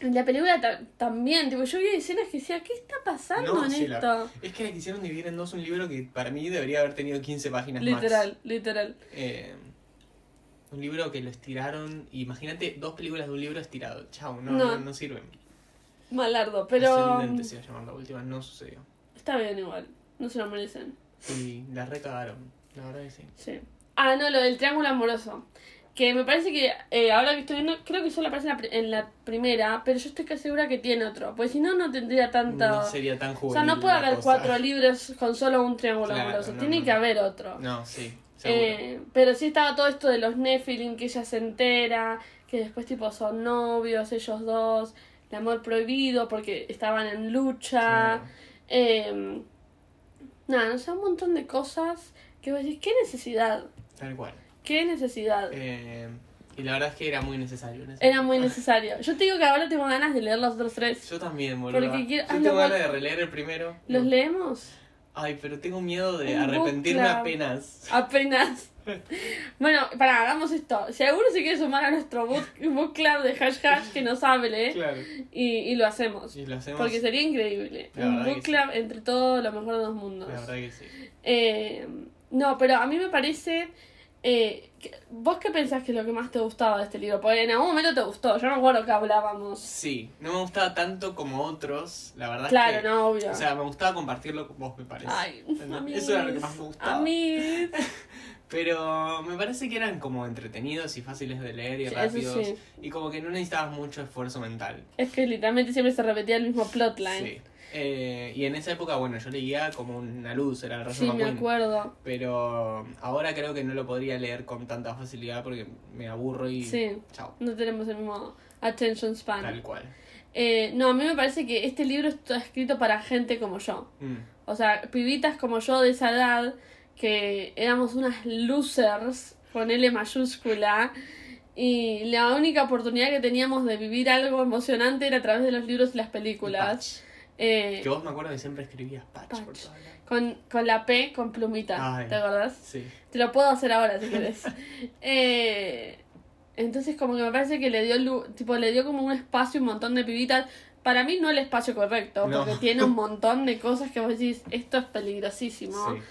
Speaker 1: En la película ta- también, tipo, yo vi escenas que decía, ¿qué está pasando
Speaker 2: No,
Speaker 1: en
Speaker 2: sí, la-
Speaker 1: esto?
Speaker 2: Es que le quisieron dividir en dos un libro que para mí debería haber tenido 15 páginas más.
Speaker 1: Literal, literal.
Speaker 2: Eh, un libro que lo estiraron. Imagínate dos películas de un libro estirado. Chao, no,
Speaker 1: No.
Speaker 2: no. no sirven.
Speaker 1: Malardo, pero mm,
Speaker 2: Ascendente se iba a llamar la última, no sucedió.
Speaker 1: está bien igual, no se lo merecen.
Speaker 2: Y la recagaron. La verdad que sí.
Speaker 1: Sí. Ah, no, lo del triángulo amoroso. Que me parece que eh, ahora que estoy viendo, creo que solo aparece en la, pri- en la primera, pero yo estoy casi segura que tiene otro. Pues si no, no tendría tanto.
Speaker 2: No sería tan
Speaker 1: o
Speaker 2: juvenil.
Speaker 1: sea, no puede
Speaker 2: la
Speaker 1: haber
Speaker 2: cosa.
Speaker 1: cuatro libros con solo un triángulo
Speaker 2: Claro,
Speaker 1: amoroso.
Speaker 2: no,
Speaker 1: tiene
Speaker 2: no,
Speaker 1: que
Speaker 2: no.
Speaker 1: haber otro.
Speaker 2: No, sí, seguro.
Speaker 1: Eh, pero sí estaba todo esto de los Nephilim, que ella se entera, que después tipo son novios ellos dos, el amor prohibido porque estaban en lucha.
Speaker 2: Claro.
Speaker 1: Eh, nada, no sé, un montón de cosas que vos decís, ¿qué necesidad?
Speaker 2: Tal cual.
Speaker 1: ¿Qué necesidad?
Speaker 2: Eh, ah. y la verdad es que era muy necesario. ¿no?
Speaker 1: Era muy necesario. Yo te digo que ahora tengo ganas de leer los otros tres.
Speaker 2: Yo también, boludo.
Speaker 1: Porque quiero-
Speaker 2: Yo
Speaker 1: ay,
Speaker 2: tengo
Speaker 1: lo-
Speaker 2: ganas de releer el primero.
Speaker 1: ¿Los
Speaker 2: No.
Speaker 1: leemos?
Speaker 2: Ay, pero tengo miedo de
Speaker 1: Un
Speaker 2: arrepentirme
Speaker 1: book club.
Speaker 2: apenas.
Speaker 1: Apenas. Bueno, para, hagamos esto. Si alguno se quiere sumar a nuestro book, book club de hash hash que nos hable,
Speaker 2: Claro.
Speaker 1: y, y lo hacemos.
Speaker 2: Y lo hacemos.
Speaker 1: ¿Eh? Porque sería increíble.
Speaker 2: La
Speaker 1: un
Speaker 2: verdad
Speaker 1: book
Speaker 2: que sí.
Speaker 1: club entre todo lo mejor de dos mundos.
Speaker 2: La verdad que sí.
Speaker 1: Eh, no, pero a mí me parece. eh, que- ¿Vos qué pensás que es lo que más te gustaba de este libro? Porque en algún momento te gustó. Yo no acuerdo que hablábamos.
Speaker 2: Sí, no me gustaba tanto como otros, la verdad es
Speaker 1: Claro,
Speaker 2: que...
Speaker 1: no, obvio.
Speaker 2: O sea, me gustaba compartirlo con vos, me parece.
Speaker 1: Ay,
Speaker 2: No,
Speaker 1: amigos,
Speaker 2: Pues, Eso era lo que más me gustaba.
Speaker 1: amigos.
Speaker 2: Pero me parece que eran como entretenidos y fáciles de leer y
Speaker 1: Sí, eso
Speaker 2: rápidos.
Speaker 1: sí.
Speaker 2: Y como que no necesitabas mucho esfuerzo mental.
Speaker 1: Es que literalmente siempre se repetía el mismo plotline.
Speaker 2: Sí. Eh, y en esa época, bueno, yo leía como una luz, era el Rayo
Speaker 1: Sí, me
Speaker 2: McQueen.
Speaker 1: acuerdo.
Speaker 2: Pero ahora creo que no lo podría leer con tanta facilidad porque me aburro y.
Speaker 1: Sí.
Speaker 2: Chao.
Speaker 1: No tenemos el mismo attention
Speaker 2: Tal
Speaker 1: span.
Speaker 2: cual.
Speaker 1: Eh, no, a mí me parece que este libro está escrito para gente como yo.
Speaker 2: Mm.
Speaker 1: O sea, pibitas como yo de esa edad, que éramos unas losers, con L mayúscula, y la única oportunidad que teníamos de vivir algo emocionante era a través de los libros y las películas.
Speaker 2: Ah,
Speaker 1: Eh,
Speaker 2: Que vos me acuerdo que siempre escribías Patch, por
Speaker 1: Patch.
Speaker 2: todos lados.
Speaker 1: con, con la P, con plumita,
Speaker 2: Ay.
Speaker 1: ¿te acordás?
Speaker 2: Sí.
Speaker 1: Te lo puedo hacer ahora si querés. Eh, entonces como que me parece que le dio lu- tipo le dio como un espacio a un montón de pibitas. Para mí no el espacio correcto,
Speaker 2: No.
Speaker 1: porque tiene un montón de cosas que vos decís, esto es peligrosísimo.
Speaker 2: Sí.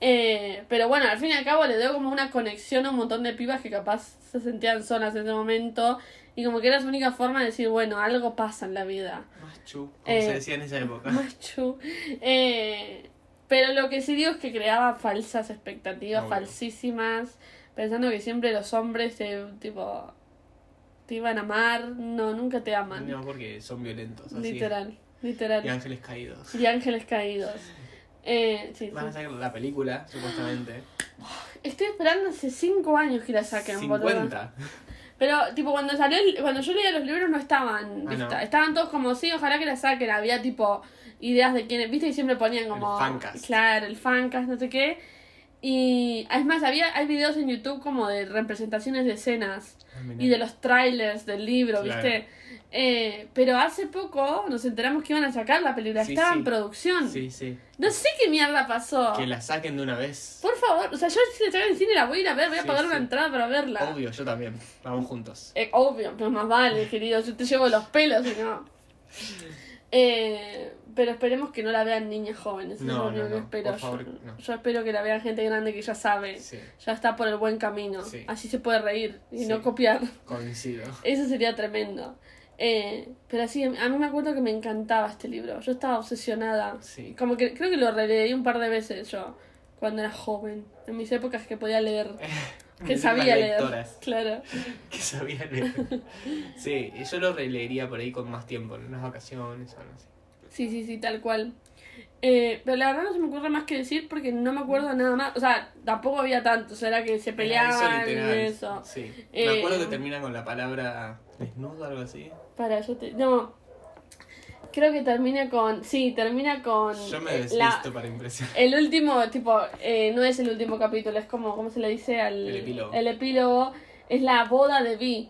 Speaker 1: Eh, pero bueno, al fin y al cabo le dio como una conexión a un montón de pibas que capaz se sentían solas en ese momento y como que era su única forma de decir, bueno, algo pasa en la vida.
Speaker 2: Machu, como
Speaker 1: Eh,
Speaker 2: se decía en esa época.
Speaker 1: Machu. Eh, pero lo que sí digo es que creaba falsas expectativas,
Speaker 2: Obvio.
Speaker 1: falsísimas, pensando que siempre los hombres te, tipo, te iban a amar, no, nunca te aman.
Speaker 2: No, porque son violentos. Así.
Speaker 1: literal,
Speaker 2: Y
Speaker 1: literal.
Speaker 2: ángeles caídos.
Speaker 1: Y ángeles caídos. Eh, sí,
Speaker 2: Van a
Speaker 1: sí.
Speaker 2: sacar la película, supuestamente.
Speaker 1: Estoy esperando hace 5 años que la saquen, boludo.
Speaker 2: 50.
Speaker 1: Pero, tipo, cuando salió el- cuando yo leía los libros no estaban,
Speaker 2: Ah,
Speaker 1: lista-
Speaker 2: no.
Speaker 1: estaban todos como, sí, ojalá que la saquen, había, tipo, ideas de quiénes, viste, y siempre ponían como...
Speaker 2: El fancast.
Speaker 1: Claro, el fancast, no sé qué. Y, es más, había, hay videos en YouTube como de representaciones de escenas
Speaker 2: Ah, mirá.
Speaker 1: y de los trailers del libro,
Speaker 2: Claro.
Speaker 1: viste. Eh, pero hace poco nos enteramos que iban a sacar la película,
Speaker 2: Sí,
Speaker 1: estaba
Speaker 2: sí.
Speaker 1: en producción.
Speaker 2: Sí, sí.
Speaker 1: No sé qué mierda pasó.
Speaker 2: Que la saquen de una vez.
Speaker 1: Por favor, o sea, yo si la sacan en cine la voy a ir a ver, voy a
Speaker 2: Sí,
Speaker 1: pagar
Speaker 2: sí.
Speaker 1: una entrada para verla.
Speaker 2: Obvio, yo también. Vamos juntos.
Speaker 1: Eh, obvio, pero más vale, querido. Yo te llevo los pelos y no. Eh, pero esperemos que no la vean niñas jóvenes. eso es lo
Speaker 2: No, no,
Speaker 1: único que
Speaker 2: no,
Speaker 1: espero.
Speaker 2: por favor,
Speaker 1: yo,
Speaker 2: no.
Speaker 1: yo espero que la vean gente grande que ya sabe,
Speaker 2: Sí,
Speaker 1: ya está por el buen camino.
Speaker 2: Sí.
Speaker 1: Así se puede reír y
Speaker 2: Sí.
Speaker 1: no copiar.
Speaker 2: coincido.
Speaker 1: Eso sería tremendo. Eh, pero sí, a mí me acuerdo que me encantaba este libro. Yo estaba obsesionada.
Speaker 2: Sí.
Speaker 1: Como que creo que lo releí un par de veces yo, cuando era joven. En mis épocas que podía leer, que
Speaker 2: Las
Speaker 1: sabía leer.
Speaker 2: lectoras
Speaker 1: Claro.
Speaker 2: Que sabía leer. Sí, y yo lo releería por ahí con más tiempo, en unas vacaciones o algo así.
Speaker 1: Sí, sí, sí, tal cual. Eh, pero la verdad no se me ocurre más que decir porque no me acuerdo nada más. O sea, tampoco había tanto. O sea, era que se peleaban y eso.
Speaker 2: Sí.
Speaker 1: Eh,
Speaker 2: Me acuerdo que termina con la palabra desnudo o algo así.
Speaker 1: Para, yo te. No. Creo que termina con. Sí, termina con.
Speaker 2: Yo me
Speaker 1: eh,
Speaker 2: desvisto
Speaker 1: la-
Speaker 2: para impresionar.
Speaker 1: El último, tipo, eh, no es el último capítulo, es como, ¿cómo se le dice al.
Speaker 2: El epílogo.
Speaker 1: el epílogo, es la boda de Vi.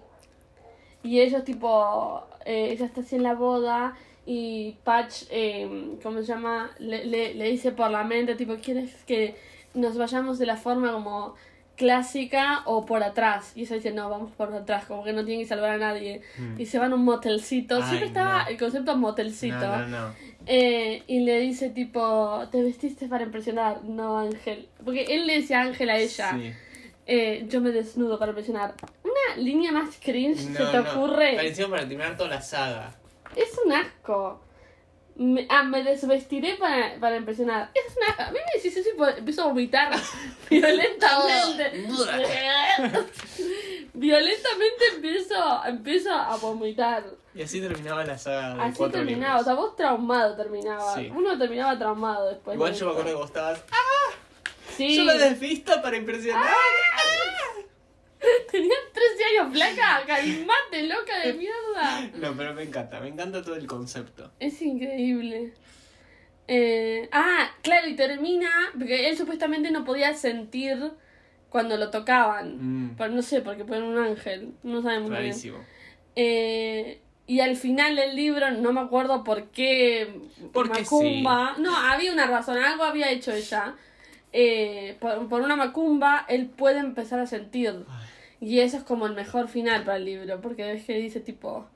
Speaker 1: Y ellos, tipo, eh, ella está así en la boda y Patch, eh, ¿cómo se llama? Le, le, le dice por la mente, tipo, ¿quieres que nos vayamos de la forma como clásica o por atrás? Y ella dice, no, vamos por atrás, como que no tienen que salvar a nadie.
Speaker 2: Mm.
Speaker 1: Y se van a un motelcito,
Speaker 2: Ay,
Speaker 1: siempre estaba
Speaker 2: no.
Speaker 1: el concepto motelcito.
Speaker 2: No, no, no.
Speaker 1: Eh, y le dice tipo, te vestiste para impresionar, no Ángel. Porque él le decía Ángel a ella,
Speaker 2: Sí.
Speaker 1: eh, yo me desnudo para impresionar. Una línea más cringe
Speaker 2: No,
Speaker 1: se te
Speaker 2: no.
Speaker 1: ocurre.
Speaker 2: Pero encima para terminar toda la saga.
Speaker 1: Es un asco. Me, ah, me desvestiré para, para impresionar. Es un asco. A mí me decís eso y po- empiezo a vomitar violentamente. violentamente empiezo, empiezo a vomitar.
Speaker 2: Y así terminaba la saga de
Speaker 1: Así
Speaker 2: cuatro
Speaker 1: terminaba. O
Speaker 2: libros.
Speaker 1: sea, vos traumado terminabas.
Speaker 2: Sí.
Speaker 1: Uno terminaba traumado después.
Speaker 2: Igual
Speaker 1: de
Speaker 2: yo me
Speaker 1: esto.
Speaker 2: acuerdo que vos estabas.
Speaker 1: pues,
Speaker 2: "Ah,
Speaker 1: Sí. Ah.
Speaker 2: Yo lo desvisto para impresionar.
Speaker 1: Tenías 13 años, flaca. Calmate, loca de mierda.
Speaker 2: No, pero me encanta, me encanta todo el concepto.
Speaker 1: Es increíble. Eh, ah, claro, y termina. Porque él supuestamente no podía sentir cuando lo tocaban.
Speaker 2: Mm,
Speaker 1: Por- no sé, porque ponen un ángel. No sabemos muy bien.
Speaker 2: rarísimo.
Speaker 1: Eh, y al final del libro, no me acuerdo por qué.
Speaker 2: Porque
Speaker 1: Macumba. No, había una razón. Algo había hecho ella. Eh, por, por una macumba, él puede empezar a sentir.
Speaker 2: Ay.
Speaker 1: Y eso es como el mejor final para el libro, porque ves que dice tipo,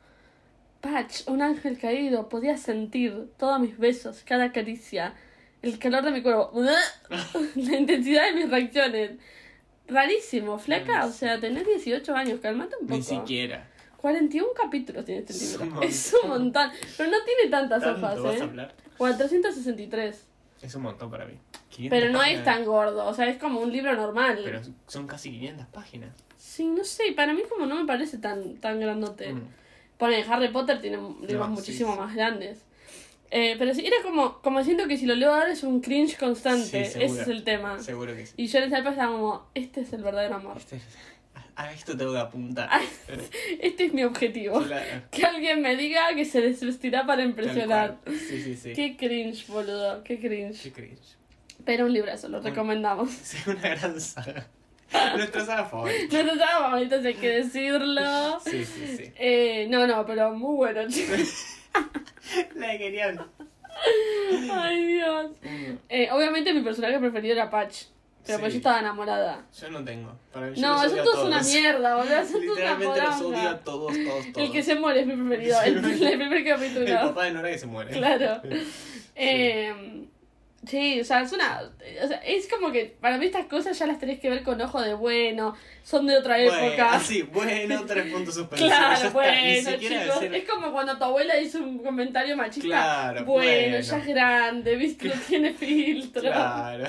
Speaker 1: Patch, un ángel caído, podía sentir todos mis besos, cada caricia, el calor de mi cuerpo, la intensidad de mis reacciones. Rarísimo, flaca, o sea, tenés 18 años, calmate un poco.
Speaker 2: Ni siquiera.
Speaker 1: 41 capítulos tiene este
Speaker 2: Es
Speaker 1: libro.
Speaker 2: un
Speaker 1: Es un montón, pero no tiene tantas hojas,
Speaker 2: ¿Tanto vas a
Speaker 1: ¿eh?
Speaker 2: hablar?
Speaker 1: 463.
Speaker 2: Es un montón para mí. 500
Speaker 1: Pero no es
Speaker 2: páginas.
Speaker 1: tan gordo, o sea, es como un libro normal.
Speaker 2: Pero son casi 500 páginas.
Speaker 1: Sí, no sé, para mí como no me parece tan, tan grandote.
Speaker 2: Mm.
Speaker 1: Pone, Harry Potter tiene libros
Speaker 2: sí,
Speaker 1: muchísimo
Speaker 2: sí.
Speaker 1: más grandes. Eh, pero sí, era como, como siento que si lo leo ahora es un cringe
Speaker 2: Sí,
Speaker 1: constante. Ese
Speaker 2: seguro.
Speaker 1: es el tema.
Speaker 2: Seguro que sí.
Speaker 1: Y yo en esa época estaba como, este es el verdadero amor.
Speaker 2: Este- a esto tengo que apuntar.
Speaker 1: Este es mi objetivo.
Speaker 2: Claro,
Speaker 1: Que alguien me diga que se desvestirá para impresionar.
Speaker 2: tal cual. Sí, sí, sí.
Speaker 1: Qué cringe, boludo, qué cringe.
Speaker 2: Qué cringe.
Speaker 1: Pero un librazo, lo
Speaker 2: Bueno.
Speaker 1: recomendamos.
Speaker 2: Es una gran saga. Nuestra saga favorita.
Speaker 1: No estábamos, ahorita hay que decirlo.
Speaker 2: Sí, sí, sí.
Speaker 1: Eh, no, no, pero muy bueno, chicos.
Speaker 2: La que querían.
Speaker 1: Ay, Dios.
Speaker 2: Mm,
Speaker 1: Eh, obviamente mi personaje preferido era Patch. Pero
Speaker 2: Sí.
Speaker 1: pues yo estaba enamorada.
Speaker 2: Yo no tengo. Para mí, yo
Speaker 1: No,
Speaker 2: los
Speaker 1: eso
Speaker 2: odio a
Speaker 1: todo es una
Speaker 2: todos.
Speaker 1: mierda, boludo. Eso es una
Speaker 2: Literalmente los odio a
Speaker 1: poronga.
Speaker 2: todos, todos, todos.
Speaker 1: El que se muere es mi preferido. El, el primer
Speaker 2: El
Speaker 1: capítulo.
Speaker 2: papá de Nora que se muere.
Speaker 1: Claro. Eh, sí, o sea, es una. O sea, es como que para mí estas cosas ya las tenés que ver con ojo de bueno. Son de otra
Speaker 2: Bueno,
Speaker 1: época.
Speaker 2: así, bueno, tres puntos suspensivos. ya
Speaker 1: Claro,
Speaker 2: está, ni
Speaker 1: bueno,
Speaker 2: siquiera
Speaker 1: chicos.
Speaker 2: decir-
Speaker 1: Es como cuando tu abuela hizo un comentario machista.
Speaker 2: Claro,
Speaker 1: bueno,
Speaker 2: bueno.
Speaker 1: ya es grande, viste, no tiene filtro.
Speaker 2: Claro.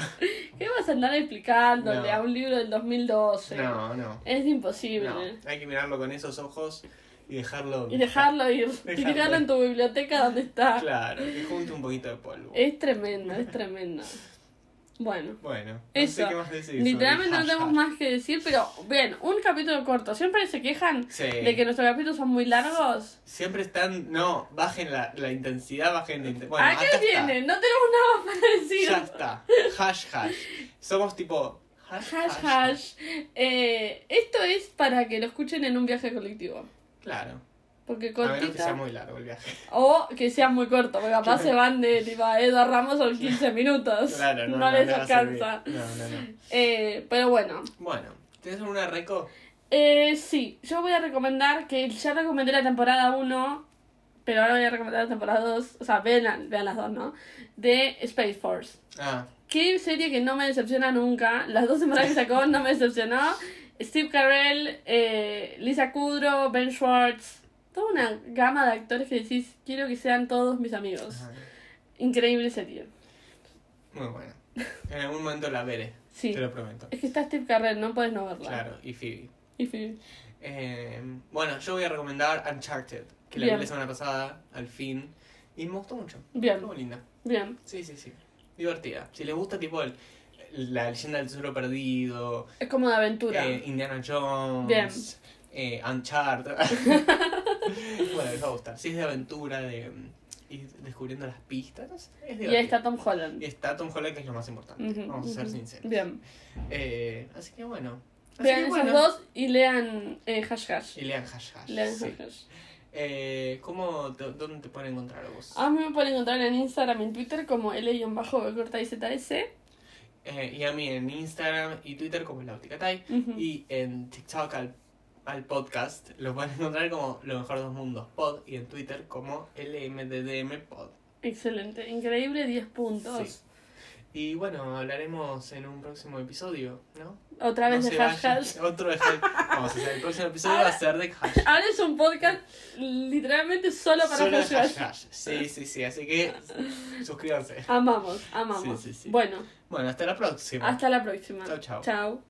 Speaker 1: ¿Qué vas a andar explicándole
Speaker 2: No.
Speaker 1: a un libro del 2012?
Speaker 2: No, no.
Speaker 1: Es imposible.
Speaker 2: No, hay que mirarlo con esos ojos y dejarlo.
Speaker 1: Y dejarlo ir. Y
Speaker 2: Dejarlo.
Speaker 1: dejarlo en tu biblioteca donde está.
Speaker 2: Claro, que junte un poquito de polvo.
Speaker 1: Es tremendo, es tremendo. Bueno.
Speaker 2: Bueno, no
Speaker 1: Eso.
Speaker 2: sé qué más decir. sobre
Speaker 1: Literalmente no
Speaker 2: hashtag.
Speaker 1: tenemos más que decir, pero bien, un capítulo corto. Siempre se quejan
Speaker 2: Sí.
Speaker 1: de que nuestros capítulos son muy largos.
Speaker 2: Siempre están. No, bajen la, la intensidad, bajen la intensidad. Bueno,
Speaker 1: Acá
Speaker 2: acá
Speaker 1: tienen, no tenemos nada más para decir.
Speaker 2: Está. Ya está. Hash, hash. Somos tipo. Hash,
Speaker 1: Hash, hash. Eh, esto es para que lo escuchen en un viaje colectivo.
Speaker 2: Claro.
Speaker 1: Porque
Speaker 3: A menos que sea
Speaker 1: cortito.
Speaker 3: muy largo el viaje.
Speaker 1: O que sea muy corto, porque capaz se van de tipo a Eduardo Ramos son 15 minutos.
Speaker 3: Claro, no,
Speaker 1: no, les
Speaker 3: va a servir.
Speaker 1: alcanza.
Speaker 3: No, no, no.
Speaker 1: Eh, pero bueno.
Speaker 2: Bueno, ¿tenés una reco?
Speaker 1: Eh, sí, yo voy a recomendar que ya recomendé la temporada 1, pero ahora voy a recomendar la temporada 2, o sea, vean, vean las dos, ¿no? De Space Force.
Speaker 3: Ah,
Speaker 1: Qué serie que no me decepciona nunca. Las dos temporadas que sacó no me decepcionó. Steve Carell, eh, Lisa Kudrow, Ben Schwartz. Toda una gama de actores que decís, quiero que sean todos mis amigos.
Speaker 3: ajá.
Speaker 1: Increíble serie.
Speaker 3: muy bueno.
Speaker 2: En algún momento la veré.
Speaker 1: Sí.
Speaker 3: Te lo prometo.
Speaker 1: Es que está Steve Carell, no puedes no verla.
Speaker 3: Claro.
Speaker 2: Y Phoebe.
Speaker 1: Y Phoebe.
Speaker 2: Eh, bueno, yo voy a recomendar Uncharted, que la
Speaker 1: Bien.
Speaker 2: vi la semana pasada, al fin. Y me gustó mucho.
Speaker 1: Bien.
Speaker 2: Estuvo linda.
Speaker 1: Bien.
Speaker 2: Sí, sí, sí. Divertida. Si les gusta, tipo, el- la leyenda del tesoro perdido,
Speaker 1: Es como de aventura.
Speaker 2: Eh, Indiana Jones.
Speaker 1: Bien.
Speaker 2: eh, Uncharted. bueno, les va a gustar. Si es de aventura, de mm, ir descubriendo las pistas, es
Speaker 1: y ahí está
Speaker 2: divertido.
Speaker 1: Tom Holland.
Speaker 2: Y está Tom Holland, que es lo más importante.
Speaker 1: Ujú,
Speaker 2: Vamos a ser
Speaker 1: ujú.
Speaker 2: sinceros.
Speaker 1: Bien.
Speaker 2: Eh, así que bueno. Así
Speaker 1: Vean
Speaker 2: que
Speaker 1: esos
Speaker 2: bueno.
Speaker 1: dos y lean eh, Hash Hash.
Speaker 2: Y lean hash hash.
Speaker 1: Lean
Speaker 2: sí.
Speaker 1: Hash Hash. Ah.
Speaker 2: Eh, ¿cómo, te- ¿Dónde te pueden encontrar a vos?
Speaker 1: A mí me pueden encontrar en Instagram y en Twitter como L-BcortaIZS.
Speaker 2: Eh, y a mí en Instagram y Twitter como la óptica Tai.
Speaker 1: Ujú.
Speaker 2: Y en TikTok al, al podcast lo pueden encontrar como Lo Mejor Dos Mundos Pod y en Twitter como LMDDM Pod.
Speaker 1: Excelente. Increíble, 10 puntos.
Speaker 2: Sí. Y bueno, hablaremos en un próximo episodio, ¿no?
Speaker 1: Otra vez
Speaker 2: No
Speaker 1: de
Speaker 2: se
Speaker 1: Hash
Speaker 2: vayan.
Speaker 1: Hash.
Speaker 2: Otro de hash. Vamos a hacer el próximo episodio va a ser de hash.
Speaker 1: Ahora es un podcast literalmente solo para
Speaker 2: Solo de
Speaker 1: Hash Hash.
Speaker 2: hash. Sí, sí, sí. Así que suscríbanse.
Speaker 1: Amamos, amamos.
Speaker 2: Sí, sí, sí.
Speaker 1: Bueno,
Speaker 2: Bueno, hasta la próxima.
Speaker 1: hasta la próxima.
Speaker 2: Chau, chau.
Speaker 1: Chao.